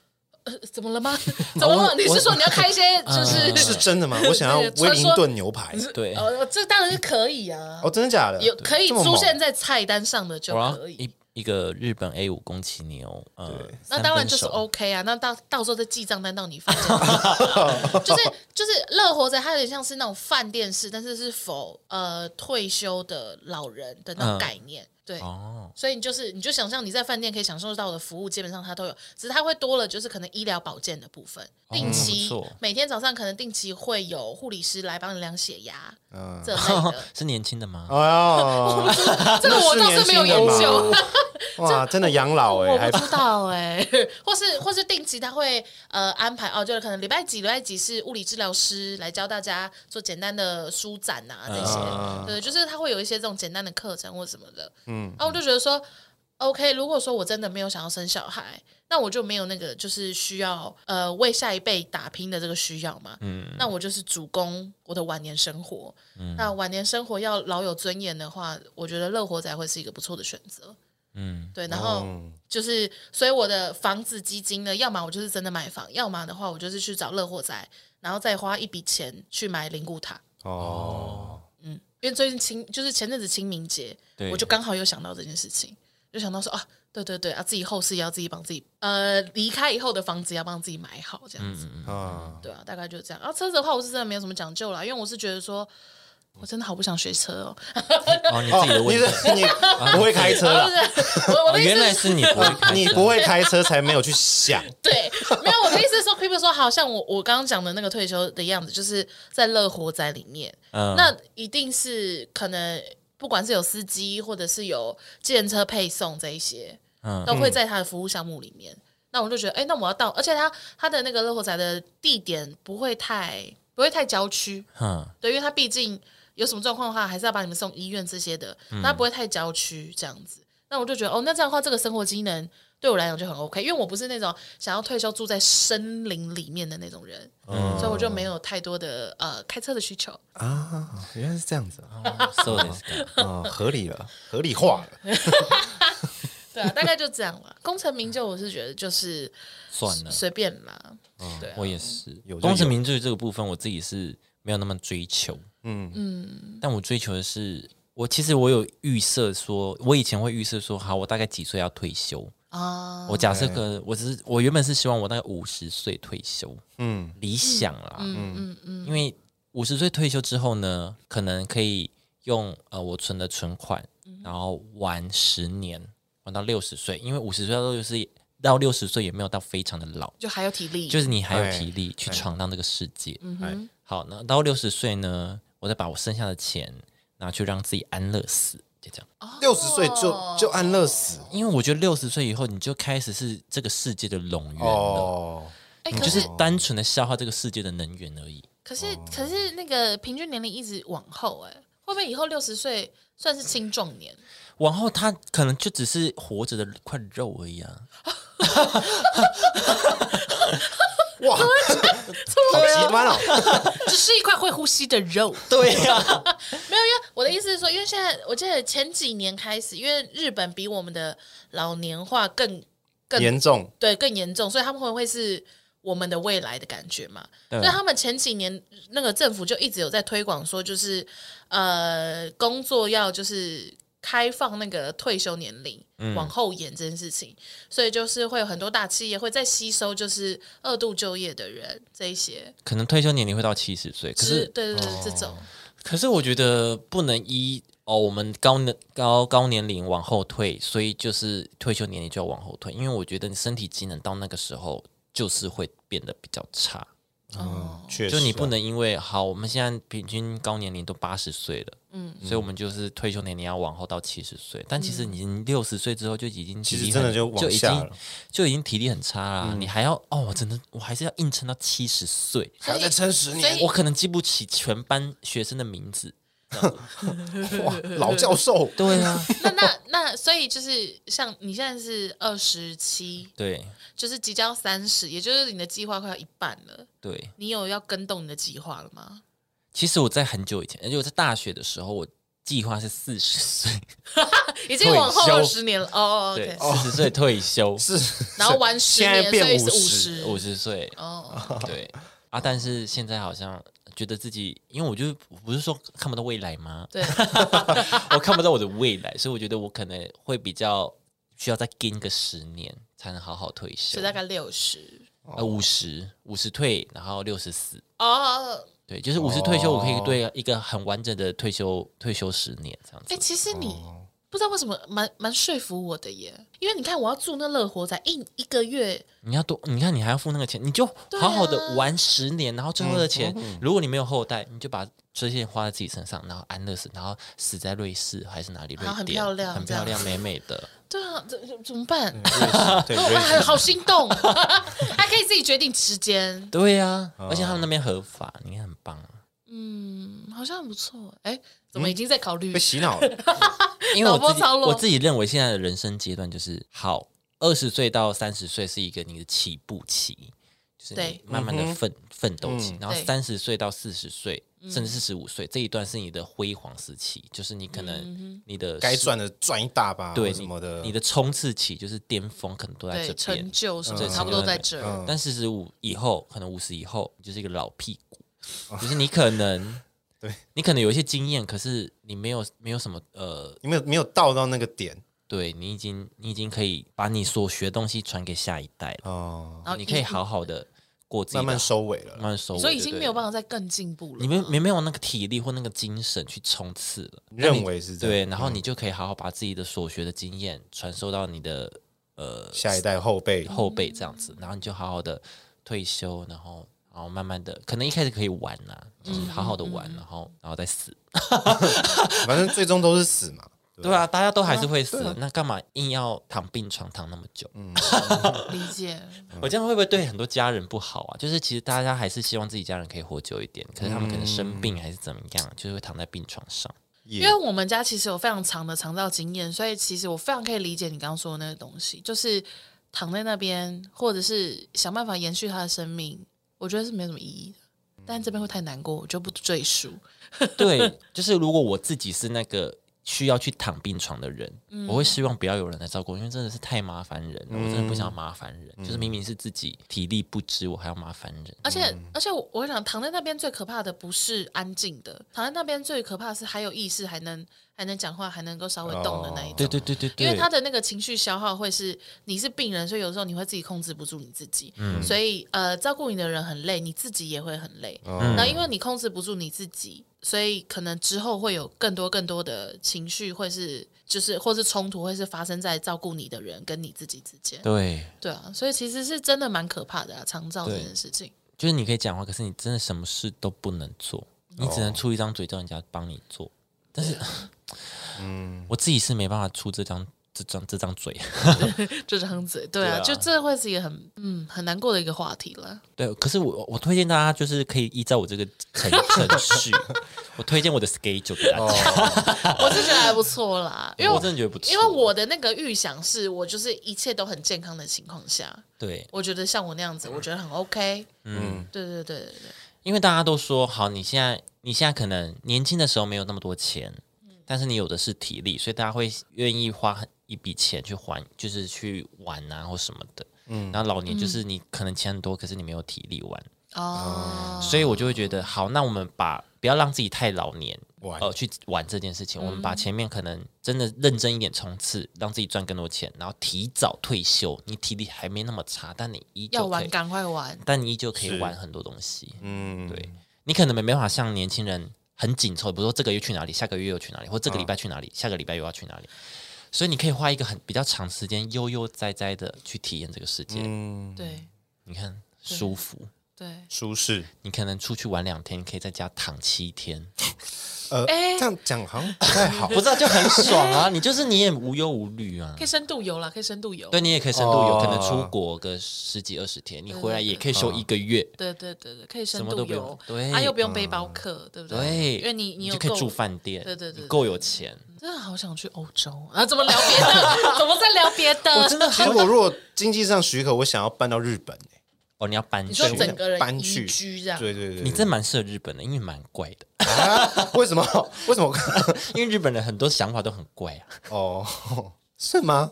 Speaker 3: 呃怎么 了吗？怎么了？你是说你要开一些就是
Speaker 1: 嗯
Speaker 2: 是真的吗？我想要
Speaker 3: 对
Speaker 2: 威灵顿牛排。
Speaker 1: 对，
Speaker 3: 呃，这当然是可以啊，
Speaker 2: 哦，真的假的？
Speaker 3: 有可以
Speaker 2: 这么
Speaker 3: 出
Speaker 2: 猛
Speaker 3: 现在菜单上的就
Speaker 1: 我要
Speaker 3: 可以。
Speaker 1: 一一个日本 A 五宫崎牛，呃，
Speaker 3: 那
Speaker 1: 三
Speaker 3: 当然
Speaker 1: 分
Speaker 3: 就是
Speaker 1: 熟
Speaker 3: OK 啊，那到到时候再记账单到你房间， 就是就是乐活仔，它有点像是那种饭店式，但是是否呃退休的老人的那种
Speaker 1: 嗯
Speaker 3: 概念，对。
Speaker 1: 哦，
Speaker 3: 所以你就是，你就想象你在饭店可以享受到的服务，基本上它都有，只是它会多了，就是可能医疗保健的部分，定期、
Speaker 1: 哦不错
Speaker 3: 每天早上可能定期会有护理师来帮你量血压、
Speaker 2: 嗯，
Speaker 3: 这类
Speaker 1: 。
Speaker 3: 的
Speaker 1: 是年轻的吗？
Speaker 2: 哎呀，
Speaker 3: 这个我倒是没有研究，
Speaker 2: 哇，真的养老哎，还
Speaker 3: 我不知道哎、 或是或是定期他会呃安排哦，就是可能礼拜几礼拜几是物理治疗师来教大家做简单的舒展啊这些，
Speaker 2: 啊
Speaker 3: 对，就是他会有一些这种简单的课程或什么的，嗯，啊，我就觉得说，OK，如果说我真的没有想要生小孩。那我就没有那个，就是需要呃为下一辈打拼的这个需要嘛。嗯，那我就是主攻我的晚年生活。嗯，那晚年生活要老有尊严的话，我觉得乐活仔会是一个不错的选择。
Speaker 1: 嗯，
Speaker 3: 对，然后
Speaker 2: 嗯
Speaker 3: 就是，所以我的房子基金呢，要么我就是真的买房，要么的话我就是去找乐活仔，然后再花一笔钱去买灵骨塔。
Speaker 2: 哦，
Speaker 3: 因为最近清就是前阵子清明节，
Speaker 1: 对
Speaker 3: 我就刚好有想到这件事情，就想到说啊，对对对啊，自己后事也要自己帮自己，呃，离开以后的房子要帮自己买好这样子。
Speaker 1: 嗯
Speaker 2: 啊，
Speaker 3: 对啊，大概就是这样。啊，车子的话，我是真的没有什么讲究啦，因为我是觉得说，我真的好不想学车哦。
Speaker 1: 哦，你
Speaker 2: 哦
Speaker 1: 自己的，
Speaker 2: 你
Speaker 1: 问题，
Speaker 2: 是哦 你不会开车
Speaker 3: 啊，不
Speaker 2: 啦，
Speaker 3: 是，我我
Speaker 1: 哦
Speaker 3: 的意思
Speaker 1: 原
Speaker 3: 是
Speaker 1: 来是你不会 开车，
Speaker 2: 你不会开车才没有去想，
Speaker 3: 对，没有我的意思是说 c r e e p e r 说，好像我我刚刚讲的那个退休的样子，就是在乐活仔里面，
Speaker 1: 嗯，
Speaker 3: 那一定是可能不管是有司机或者是有计程车配送这一些，
Speaker 1: 嗯
Speaker 3: 都会在他的服务项目里面。那我就觉得，哎、那我要到，而且他他的那个乐活仔的地点不会太不会太郊区，
Speaker 1: 嗯，
Speaker 3: 对，因为他毕竟有什么状况的话，还是要把你们送医院这些的，
Speaker 1: 嗯
Speaker 3: 那不会太郊区这样子。那我就觉得，哦，那这样的话，这个生活机能对我来讲就很 OK，因为我不是那种想要退休住在森林里面的那种人，
Speaker 1: 嗯
Speaker 3: 所以我就没有太多的呃开车的需求。
Speaker 2: 啊，原来是这样子啊，
Speaker 1: so this guy
Speaker 2: 啊合理了，合理化了，
Speaker 3: 对啊，大概就这样了。功成名就，我是觉得就是
Speaker 1: 算了，
Speaker 3: 随便啦。对啊、
Speaker 1: 我也是
Speaker 2: 有就有。
Speaker 1: 功成名就这个部分，我自己是没有那么追求，
Speaker 2: 嗯，
Speaker 1: 但我追求的是，我其实我有预设说，我以前会预设说，好，我大概几岁要退休。
Speaker 3: 啊，
Speaker 1: 我假设可能，我只是我原本是希望我大概五十岁退休，
Speaker 2: 嗯，
Speaker 1: 理想啦，
Speaker 3: 嗯嗯嗯，
Speaker 1: 因为五十岁退休之后呢，可能可以用呃我存的存款，
Speaker 3: 嗯
Speaker 1: 然后玩十年，玩到六十岁，因为五十岁到六十到六十岁也没有到非常的老，
Speaker 3: 就还有体力，
Speaker 1: 就是你还
Speaker 2: 哎
Speaker 1: 有体力去闯荡这个世界。
Speaker 2: 哎，
Speaker 1: 好，那到六十岁呢，我再把我剩下的钱拿去让自己安乐死，就这样。
Speaker 2: 哎六十岁就就安乐死
Speaker 1: 因为我觉得六十岁以后，你就开始是这个世界的拢源了，
Speaker 2: 哦，
Speaker 3: 哎、
Speaker 1: 你
Speaker 3: 可
Speaker 1: 就是哦
Speaker 3: 是
Speaker 1: 单纯的消耗这个世界的能源而已。
Speaker 3: 可是可是那个平均年龄一直往后、哎，会不会以后六十岁算是青壮年？
Speaker 1: 往后他可能就只是活着的块肉而已啊。
Speaker 2: 哇，好极端哦，
Speaker 3: 只是一块会呼吸的肉。
Speaker 1: 对呀、
Speaker 3: 没有，因为我的意思是说，因为现在我记得前几年开始，因为日本比我们的老年化更更
Speaker 2: 严重，
Speaker 3: 对更严重，所以他们会会是我们的未来的感觉嘛。
Speaker 1: 对
Speaker 3: 所以他们前几年那个政府就一直有在推广说，就是呃工作要就是开放那个退休年龄。往后延这件事情，所以就是会有很多大企业会在吸收就是二度就业的人这一些，
Speaker 1: 可能退休年龄会到七十岁，可
Speaker 3: 是哦
Speaker 1: 是
Speaker 3: 对对对、这种，
Speaker 1: 可是我觉得不能依哦，我们高能高高年龄往后退，所以就是退休年龄就要往后退，因为我觉得你身体机能到那个时候就是会变得比较差，
Speaker 2: 嗯，确实
Speaker 1: 就
Speaker 2: 啊，
Speaker 1: 你不能因为好，我们现在平均高年龄都八十岁了，嗯，所以我们就是退休年龄要往后到七十岁，但其实你已经六十岁之后就已经
Speaker 2: 其
Speaker 1: 体
Speaker 2: 实
Speaker 1: 力
Speaker 2: 真的
Speaker 1: 很
Speaker 2: 就往
Speaker 1: 已
Speaker 2: 下
Speaker 1: 经
Speaker 2: 了，
Speaker 1: 就已经体力很差啦，你还要哦，我真的我还是要硬撑到七十岁，
Speaker 2: 还要再撑十
Speaker 3: 所
Speaker 2: 年，
Speaker 3: 以
Speaker 1: 我可能记不起全班学生的名字。
Speaker 2: 哇，老教授，
Speaker 1: 对啊，
Speaker 3: 那那那，所以就是像你现在是二十七，
Speaker 1: 对
Speaker 3: 就是即将三十，也就是你的计划快要一半了。
Speaker 1: 对。
Speaker 3: 你有要跟动你的计划了吗？
Speaker 1: 其实我在很久以前，而且我在大学的时候，我计划是四十岁，
Speaker 3: 已经往后
Speaker 1: 退休
Speaker 3: 二十年了哦。
Speaker 1: 对，
Speaker 3: OK，
Speaker 1: 四十岁退休，
Speaker 2: 是，
Speaker 3: 然后玩十
Speaker 2: 现在
Speaker 3: 年，所以
Speaker 2: 变
Speaker 3: 是
Speaker 2: 五
Speaker 3: 五
Speaker 2: 十，
Speaker 1: 五
Speaker 3: 十。
Speaker 1: 十岁，
Speaker 3: 哦，
Speaker 1: 对啊，但是现在好像觉得自己，因为我就不是说看不到未来吗？
Speaker 3: 对，
Speaker 1: 我看不到我的未来，所以我觉得我可能会比较需要再跟个十年才能好好退休
Speaker 3: 所以，大概六十。
Speaker 1: 呃，五十五十退，然后六十四，
Speaker 3: 哦，
Speaker 1: 对，就是五十退休，我可以
Speaker 2: 哦
Speaker 1: 对一个很完整的退休退休十年这样
Speaker 3: 哎，
Speaker 1: 子。
Speaker 3: 其实你不知道为什么蛮蛮说服我的耶，因为你看我要住那乐活仔一一个月，
Speaker 1: 你要多，你看你还要付那个钱，你就
Speaker 3: 对啊
Speaker 1: 好好的玩十年，然后最后的钱，如果你没有后代，你就把这些钱花在自己身上，然后安乐死，然后死在瑞士还是哪里？瑞
Speaker 3: 然后
Speaker 1: 典，
Speaker 3: 很漂亮
Speaker 1: 很
Speaker 3: 这样
Speaker 1: 漂亮，美美的。
Speaker 3: 对啊，怎怎么办？
Speaker 2: 对，
Speaker 3: 哦，哎好心动， 还可以自己决定时间，
Speaker 1: 对呀、而且他们那边合法，你看很棒啊。
Speaker 3: 嗯，好像很不错。哎，
Speaker 1: 嗯
Speaker 3: 怎么已经在考虑
Speaker 2: 被？洗脑了，
Speaker 1: 因为我
Speaker 3: 脑
Speaker 1: 自
Speaker 3: 波
Speaker 1: 己
Speaker 3: 超弱
Speaker 1: 我自己认为现在的人生阶段就是好，二十岁到三十岁是一个你的起步期，就是
Speaker 3: 对
Speaker 1: 你慢慢的奋奋斗期，然后
Speaker 3: 对嗯
Speaker 1: 三十岁到四十岁。甚至四十五岁这一段是你的辉煌时期，就是你可
Speaker 3: 嗯
Speaker 1: 能你的
Speaker 2: 该
Speaker 1: 事
Speaker 2: 赚的赚一大把，
Speaker 1: 对
Speaker 2: 或什么的，
Speaker 1: 你的冲刺期就是巅峰，可能都在
Speaker 3: 对，
Speaker 1: 这
Speaker 3: 成
Speaker 1: 边。
Speaker 3: 就什么
Speaker 1: 对
Speaker 3: 差不多在这儿。
Speaker 2: 嗯
Speaker 1: 但四十五以后，可能五十以后，你就是一个老屁股，就是你可能，
Speaker 2: 哦 对
Speaker 1: 你可能有一些经验，可是你没有没有什么呃，
Speaker 2: 你没有没有到到那个点
Speaker 1: 对你已经你已经可以把你所学的东西传给下一代了，
Speaker 2: 哦，
Speaker 3: 然后
Speaker 1: 你可以
Speaker 3: 一
Speaker 1: 好好的过自己的
Speaker 2: 慢慢收尾了
Speaker 1: 慢。慢收尾，
Speaker 3: 所以已经没有办
Speaker 1: 法，
Speaker 3: 法再更进步了。
Speaker 1: 你们你没有那个体力或那个精神去冲刺了，
Speaker 2: 认为是这样，嗯
Speaker 1: 对，然后你就可以好好把自己的所学的经验传授到你的呃
Speaker 2: 下一代后辈
Speaker 1: 后辈这样子，然后你就好好的退休，然后然后慢慢的，可能一开始可以玩呐、就是好好的玩，然后然后再死。
Speaker 2: 反正最终都是死嘛。对
Speaker 1: 对啊，啊大家都还是会死，那干嘛硬要躺病床躺那么久？
Speaker 3: 理 解，
Speaker 1: 我这样会不会对很多家人不好啊？就是其实大家还是希望自己家人可以活久一点，可是他们可能生病还是怎么样，就是会躺在病床上。
Speaker 2: 也
Speaker 3: 因为我们家其实有非常长的肠道经验，所以其实我非常可以理解你刚刚说的那个东西，就是躺在那边，或者是想办法延续他的生命，我觉得是没有什么意义的。但这边会太难过，我就不赘述。
Speaker 1: 对，就是如果我自己是那个需要去躺病床的人，
Speaker 3: 嗯
Speaker 1: 我会希望不要有人来照顾，因为真的是太麻烦人了。我真的不想麻烦人，就是明明是自己体力不支，我还要麻烦人。
Speaker 3: 而且、而且我，我想躺在那边最可怕的不是安静的，躺在那边最可怕的是还有意识，还能还能讲话，还能够稍微动的那一种。
Speaker 1: 对对对对对，
Speaker 3: 因为他的那个情绪消耗会是你是病人，所以有时候你会自己控制不住你自己，
Speaker 1: 嗯
Speaker 3: 所以呃，照顾你的人很累，你自己也会很累。
Speaker 1: 哦
Speaker 2: 嗯
Speaker 3: 那、因为你控制不住你自己，所以可能之后会有更多更多的情绪，会是就是或是冲突，会是发生在照顾你的人跟你自己之间。
Speaker 1: 对，
Speaker 3: 对啊，所以其实是真的蛮可怕的啊，长照这
Speaker 1: 对
Speaker 3: 件事情。
Speaker 1: 就是你可以讲话，可是你真的什么事都不能做，你只
Speaker 3: 哦
Speaker 1: 能出一张嘴叫人家帮你做。但是，嗯， 我自己是没办法出这张这张这张嘴。
Speaker 3: 就这样子，对啊，
Speaker 1: 对啊
Speaker 3: 就这会是一个很嗯很难过的一个话题了。
Speaker 1: 对，可是我我推荐大家就是可以依照我这个程 程序，我推荐我的 schedule 给大家。
Speaker 3: 哦 我是觉得还不错啦，因为
Speaker 1: 哎我真的觉得不错，
Speaker 3: 因为我的那个预想是我就是一切都很健康的情况下，
Speaker 1: 对，
Speaker 3: 我觉得像我那样子，我觉得很 OK。
Speaker 2: 嗯，
Speaker 3: 对对对对对，
Speaker 1: 因为大家都说好，你现在你现在可能年轻的时候没有那么多钱，但是你有的是体力，所以大家会愿意花很一笔钱去还，就是去玩啊或什么的。嗯，然后老年就是你可能钱很多，可是你没有体力玩，
Speaker 3: 哦，
Speaker 1: 所以我就会觉得好，那我们把不要让自己太老年。
Speaker 2: 玩
Speaker 1: 呃，去玩这件事情，我们
Speaker 3: 嗯
Speaker 1: 把前面可能真的认真一点冲刺，让自己赚更多钱，然后提早退休。你体力还没那么差，但你依旧
Speaker 3: 要
Speaker 1: 可
Speaker 3: 玩
Speaker 1: 以
Speaker 3: 赶快玩，
Speaker 1: 但你依旧可以
Speaker 2: 是
Speaker 1: 玩很多东西。
Speaker 2: 嗯，
Speaker 1: 对你可能没办法像年轻人很紧凑，比如说这个月去哪里，下个月又去哪里，或这个
Speaker 3: 嗯
Speaker 1: 礼拜去哪里，下个礼拜又要去哪里。所以你可以花一个很比较长时间悠悠哉哉的去体验这个世界，
Speaker 2: 嗯，
Speaker 3: 对
Speaker 1: 你看舒服。
Speaker 3: 对。
Speaker 2: 舒适。
Speaker 1: 你可能出去玩两天，你可以在家躺七 天，
Speaker 2: 呃，
Speaker 3: 哎
Speaker 2: 这样讲好像不太好
Speaker 1: 不。知道就很爽啊！ 你就是你也无忧无虑啊
Speaker 3: 可以，深度游啦，可以深度游。
Speaker 1: 对你也可以深度游，
Speaker 2: 哦
Speaker 1: 可能出国个十几二十天，你回来也可以
Speaker 3: 嗯
Speaker 1: 休一个月，
Speaker 3: 对对对对，可以深
Speaker 1: 什么
Speaker 3: 度
Speaker 1: 都不
Speaker 3: 游
Speaker 1: 用，对嗯
Speaker 3: 啊又不用背包客，对不对？
Speaker 1: 对，
Speaker 3: 因为你
Speaker 1: 你
Speaker 3: 有
Speaker 1: 就可以
Speaker 3: 够
Speaker 1: 住饭店，
Speaker 3: 对对对对
Speaker 1: 你够有钱，
Speaker 3: 真的好想去欧洲啊！怎么聊 别的？怎么在聊别
Speaker 1: 我
Speaker 3: 哦的？
Speaker 1: 真的
Speaker 2: 其实我如果经济上许可，我想要搬到日本、欸
Speaker 1: 哦，你要搬
Speaker 3: 你
Speaker 1: 去
Speaker 3: 说
Speaker 2: 对
Speaker 3: 整个人
Speaker 2: 搬
Speaker 3: 移
Speaker 2: 去
Speaker 3: 居这样，
Speaker 2: 对对对，
Speaker 1: 你这蛮适合日本的，因为蛮怪的，
Speaker 2: 啊？为什么？ 为什么？
Speaker 1: 因为日本人很多想法都很怪啊。
Speaker 2: 哦，是吗？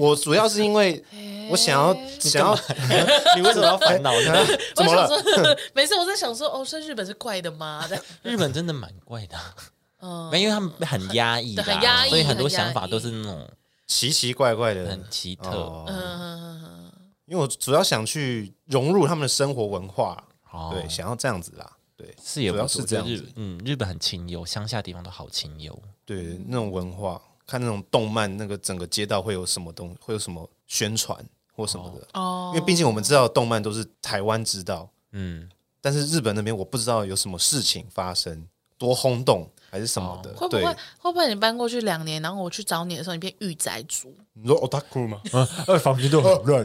Speaker 2: 我主要是因为
Speaker 3: 哎
Speaker 2: 我想要想要， 哎
Speaker 1: 你为什么要烦恼 呢？
Speaker 2: 怎
Speaker 3: 我
Speaker 2: 么
Speaker 3: 想
Speaker 2: 了？
Speaker 3: 说， 没事，我在想说，哦，所以日本是怪的吗？这样
Speaker 1: 日本真的蛮怪 的啊，
Speaker 3: 嗯，
Speaker 1: 没因为他们很压抑的啊，
Speaker 3: 对很压抑
Speaker 1: 所以很多
Speaker 3: 很压抑
Speaker 1: 想法都是那种
Speaker 2: 奇奇怪怪的，
Speaker 1: 很奇特。
Speaker 2: 哦
Speaker 3: 嗯嗯嗯嗯
Speaker 2: 因为我主要想去融入他们的生活文化，
Speaker 1: 哦，
Speaker 2: 对，想要这样子啦，对，
Speaker 1: 是也
Speaker 2: 主
Speaker 1: 不
Speaker 2: 要
Speaker 1: 错
Speaker 2: 是这样
Speaker 1: 我觉
Speaker 2: 子
Speaker 1: 得日，嗯，日本很清幽，乡下地方都好清幽。
Speaker 2: 对那种文化，看那种动漫，那个整个街道会有什么东，会有什么宣传或什么的，
Speaker 3: 哦
Speaker 2: 因为毕竟我们知道动漫都是台湾知道，
Speaker 1: 嗯，
Speaker 2: 但是日本那边我不知道有什么事情发生，多轰动还是什么
Speaker 1: 哦
Speaker 2: 的，
Speaker 3: 会不
Speaker 2: 对
Speaker 3: 会，会不会你搬过去两年，然后我去找你的时候，你变御宅族？
Speaker 2: 你说 otaku 吗？
Speaker 1: 呃， 房间都很
Speaker 3: 哦
Speaker 1: 乱，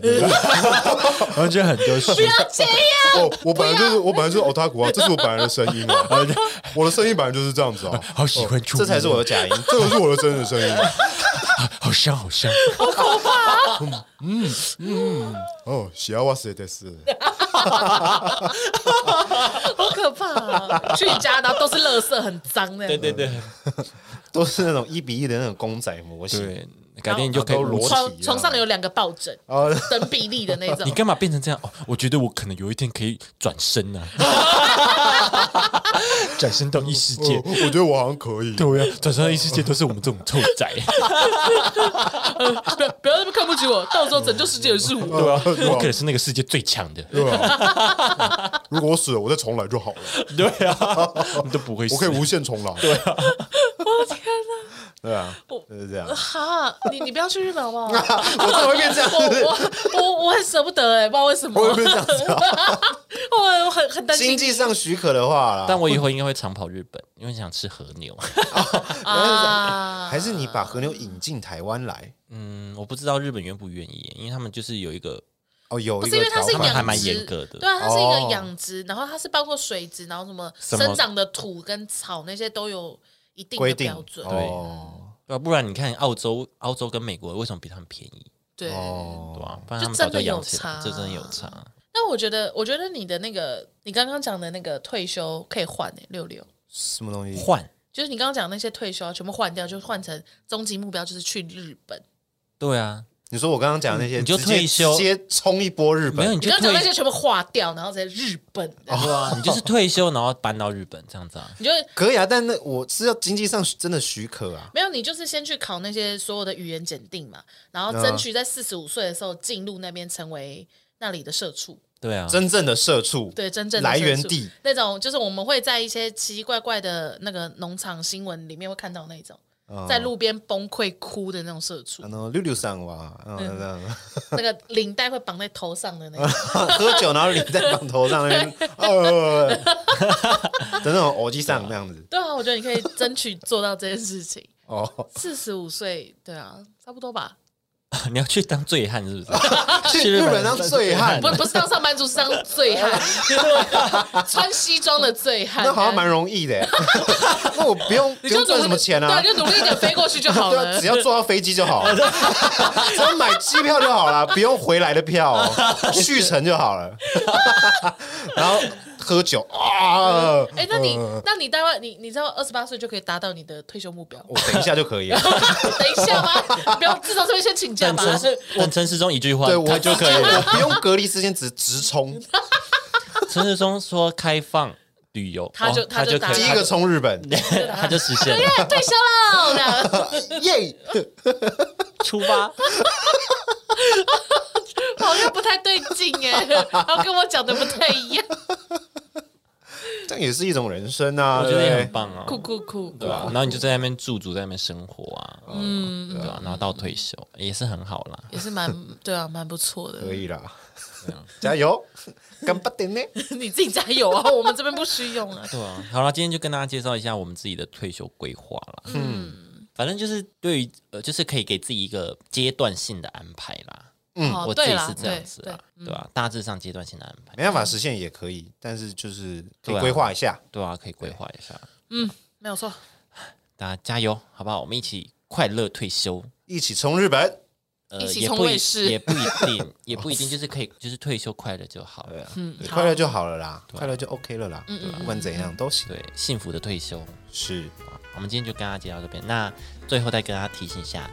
Speaker 1: 而且很多事，
Speaker 3: 这样
Speaker 4: 哦，我本来就是我本来就是 otaku 啊，这是我本来的声音啊， 我的声音本来就是这样子啊，
Speaker 1: 哦
Speaker 4: 哦
Speaker 1: 好喜欢出
Speaker 2: 这才是我的假音，
Speaker 4: 这个是我的真实声音。啊
Speaker 1: 好香好香。
Speaker 4: 哦，喜欢哇塞的是，
Speaker 3: 好可怕啊！去你家，然后都是垃圾，很脏 的。
Speaker 1: 对对对
Speaker 2: 都是那种一比一的那种公仔模型。
Speaker 1: 对，改天你就可以
Speaker 2: 然后
Speaker 1: 裸
Speaker 2: 裸
Speaker 1: 体。
Speaker 2: 体
Speaker 3: 床床上有两个抱枕，等比例的那 种
Speaker 1: 你。干嘛变成这样？哦，我觉得我可能有一天可以转身啊， 转身到异世界
Speaker 4: 哦。我觉得我好像可以。
Speaker 1: 对呀、转身到异世界都是我们这种臭宅。
Speaker 3: 不要不要那么看不起我，到时候拯救世界的是我。
Speaker 4: 对啊，对
Speaker 1: 我可
Speaker 4: 啊
Speaker 1: 能是那个世界最强的。
Speaker 4: 对啊。如果我死了，我再重来就好了，
Speaker 1: 对啊，你都不会死。
Speaker 4: 我可以无限重来。对，
Speaker 2: 对啊，
Speaker 3: 我
Speaker 2: 就是这样。
Speaker 3: 哈，你你不要去日本好不好？我
Speaker 2: 我怎么会变这样子？
Speaker 3: 我我我很舍不得哎、不知道为什么，
Speaker 2: 我会变这样子啊？
Speaker 3: 我我很很担
Speaker 2: 经
Speaker 3: 心
Speaker 2: 济上许可的话啦，
Speaker 1: 但我以后应该会常跑日本，因为想吃和 牛。
Speaker 3: 啊。
Speaker 2: 还是你把和牛引进台湾来。
Speaker 1: 嗯，我不知道日本愿不愿意，因为他们就是有一个
Speaker 2: 哦，有
Speaker 3: 不
Speaker 2: 一
Speaker 3: 是
Speaker 2: 个
Speaker 3: 因为它
Speaker 2: 条
Speaker 3: 是
Speaker 1: 他们
Speaker 2: 件
Speaker 1: 还
Speaker 3: 养
Speaker 1: 蛮
Speaker 3: 殖，
Speaker 1: 严格的
Speaker 3: 对啊，它是一
Speaker 2: 哦
Speaker 3: 个养殖，然后它是包括水质，然后什么
Speaker 1: 什么
Speaker 3: 生长的土跟草那些都有一定
Speaker 2: 规
Speaker 3: 的
Speaker 2: 定
Speaker 3: 标准。
Speaker 2: 哦
Speaker 1: 对啊，不然你看澳洲、澳洲跟美国为什么比他们便宜？
Speaker 3: 对，
Speaker 1: 对
Speaker 2: 哦，
Speaker 1: 吧、不然他们
Speaker 3: 就
Speaker 1: 早就
Speaker 3: 真的有
Speaker 1: 养起来，
Speaker 3: 差
Speaker 1: 这真的有差。
Speaker 3: 那我觉得，我觉得你的那个，你刚刚讲的那个退休可以换诶、六六，
Speaker 2: 什么东西？
Speaker 1: 换，
Speaker 3: 就是你刚刚讲那些退休啊全部换掉，就换成终极目标就是去日本。
Speaker 1: 对啊，
Speaker 2: 你说我刚刚讲的那些，
Speaker 1: 你就
Speaker 2: 直接
Speaker 1: 退休
Speaker 2: 直接冲一波日
Speaker 1: 没有
Speaker 2: 本
Speaker 1: 你
Speaker 3: 你
Speaker 1: 就哦
Speaker 3: 刚刚讲那
Speaker 1: 退，啊
Speaker 3: 些全部划掉，然后在日本，
Speaker 1: 你就是退休然后搬到日本这样子啊。
Speaker 3: 你就
Speaker 2: 可以啊，但那我是要经济上真的许可啊。
Speaker 3: 没有，你就是先去考那些所有的语言检定嘛，然后争取在四十五岁的时候进入那边成为那里的社畜。
Speaker 1: 对啊，
Speaker 2: 真正的社畜，
Speaker 3: 对，真正的
Speaker 2: 来
Speaker 3: 社
Speaker 2: 源
Speaker 3: 畜
Speaker 2: 地
Speaker 3: 那种，就是我们会在一些奇奇怪怪的那个农场新闻里面会看到那种。
Speaker 2: 哦
Speaker 3: 在路边崩溃哭的那种社畜
Speaker 2: 啊，，那六六上哇，嗯，这样
Speaker 3: 那个领带会绑在头上的那种，
Speaker 2: 喝酒然后你在绑头上那边， 呃，哦的那种偶机上那样子
Speaker 3: 对啊，我觉得你可以争取做到这件事情。
Speaker 2: 哦，
Speaker 3: 四十五岁，对啊，差不多吧，
Speaker 1: 你要去当醉汉 是不是？
Speaker 4: 啊
Speaker 2: 去日本当 醉汉
Speaker 3: 不，不是当上班族，是当 醉汉，穿西装的醉汉，
Speaker 2: 那好像蛮容易的 欸，那我不用不
Speaker 3: 你就
Speaker 2: 用赚
Speaker 3: 努
Speaker 2: 什么钱啊，
Speaker 3: 对，就努力一点飞过去就好
Speaker 2: 对
Speaker 3: 了
Speaker 2: 啊，。只要坐到飞机就 好了，只要买机票就好了，不用回来的 票、哦，续程就好了。然后喝酒啊，
Speaker 3: 哎、那你，那你大概你你知道二十八岁就可以达到你的退休目标？
Speaker 2: 我等一下就可以了，
Speaker 3: 等一下吧，不要至少这边先请假
Speaker 1: 但
Speaker 3: 吧。
Speaker 1: 陈但陈世忠一句话，
Speaker 2: 对啊我
Speaker 1: 他就可以了。
Speaker 2: 我不用隔离时间，只 直冲，
Speaker 1: 陈世忠说开放旅游，
Speaker 3: 他就
Speaker 1: 哦
Speaker 3: 他
Speaker 1: 他
Speaker 3: 就
Speaker 1: 就可
Speaker 3: 打
Speaker 1: 以，
Speaker 2: 第一个冲 日本，
Speaker 1: 他就实现了，
Speaker 3: 哎退休了，这样
Speaker 2: 耶！
Speaker 1: 出发。
Speaker 3: 好像不太对劲哎，然后跟我讲的不太一样，
Speaker 2: 这样也是一种人生啊，
Speaker 1: 我觉得也
Speaker 2: 对
Speaker 1: 很
Speaker 2: 不对
Speaker 1: 棒啊，
Speaker 3: 酷酷酷！
Speaker 1: 对吧？然后你就在那边驻足，在那边生活啊，嗯，对吧？然后到退休也是很好啦。
Speaker 3: 也是蛮对啊，蛮不错的。
Speaker 2: 可以啦， 加油，干巴点呢！
Speaker 3: 你自己加油啊，我们这边不需用啊。
Speaker 1: 对啊，好了，今天就跟大家介绍一下我们自己的退休规划啦。嗯，反正就是对于呃，就是可以给自己一个阶段性的安排啦。
Speaker 3: 哦
Speaker 1: 我自
Speaker 3: 对
Speaker 1: 己
Speaker 3: 啦
Speaker 1: 是这样子啊
Speaker 3: 对
Speaker 1: 啦，对吧？大致上阶段性的安排，
Speaker 2: 没办法实现也可以，但是就是可
Speaker 1: 对
Speaker 2: 以
Speaker 1: 啊
Speaker 2: 规划一下。
Speaker 1: 对啊，可以规划一下。
Speaker 3: 没有错，
Speaker 1: 大家加油，好不好？我们一起快乐退休。
Speaker 2: 一起冲日本，
Speaker 1: 呃，
Speaker 3: 一起
Speaker 1: 也
Speaker 3: 冲
Speaker 1: 不
Speaker 3: 卫
Speaker 1: 一
Speaker 3: 视
Speaker 1: 也不一定，也不一 定，就是可以，就是退休快乐就好了。
Speaker 3: 嗯，好
Speaker 2: 快乐就好了啦，快乐就 OK 了啦，啊
Speaker 3: 嗯
Speaker 2: 对吧不管怎样都行。
Speaker 1: 对，幸福的退休。
Speaker 2: 是，
Speaker 1: 我们今天就跟大家介绍这边。那最后再跟大家提醒一下，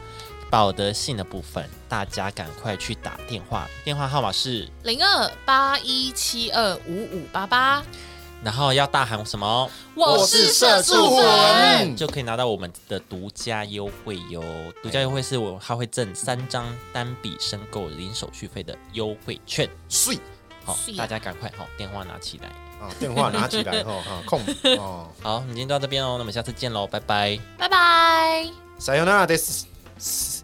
Speaker 1: 保德信的部分，大家赶快去打电话，电话号码是，
Speaker 3: 零二八一七二五五八八，
Speaker 1: 然后要大喊什么哦，
Speaker 3: 我
Speaker 2: 是
Speaker 3: 是
Speaker 2: 社
Speaker 3: 社
Speaker 2: 畜
Speaker 3: 畜
Speaker 2: 粉
Speaker 3: 粉，
Speaker 1: 就可以拿到我们的独家优惠哟。独家优惠是我他会赠三张单笔申购零手续费的优惠券。
Speaker 2: 睡
Speaker 1: 好、
Speaker 3: 是啊
Speaker 1: 大家赶快好、电话拿起来。
Speaker 2: 啊，电话拿起来吼哈，空哦，
Speaker 1: 好，我们今天就到这边哦，那我们下次见喽，拜拜。
Speaker 3: 拜拜。
Speaker 2: 撒由那拉です。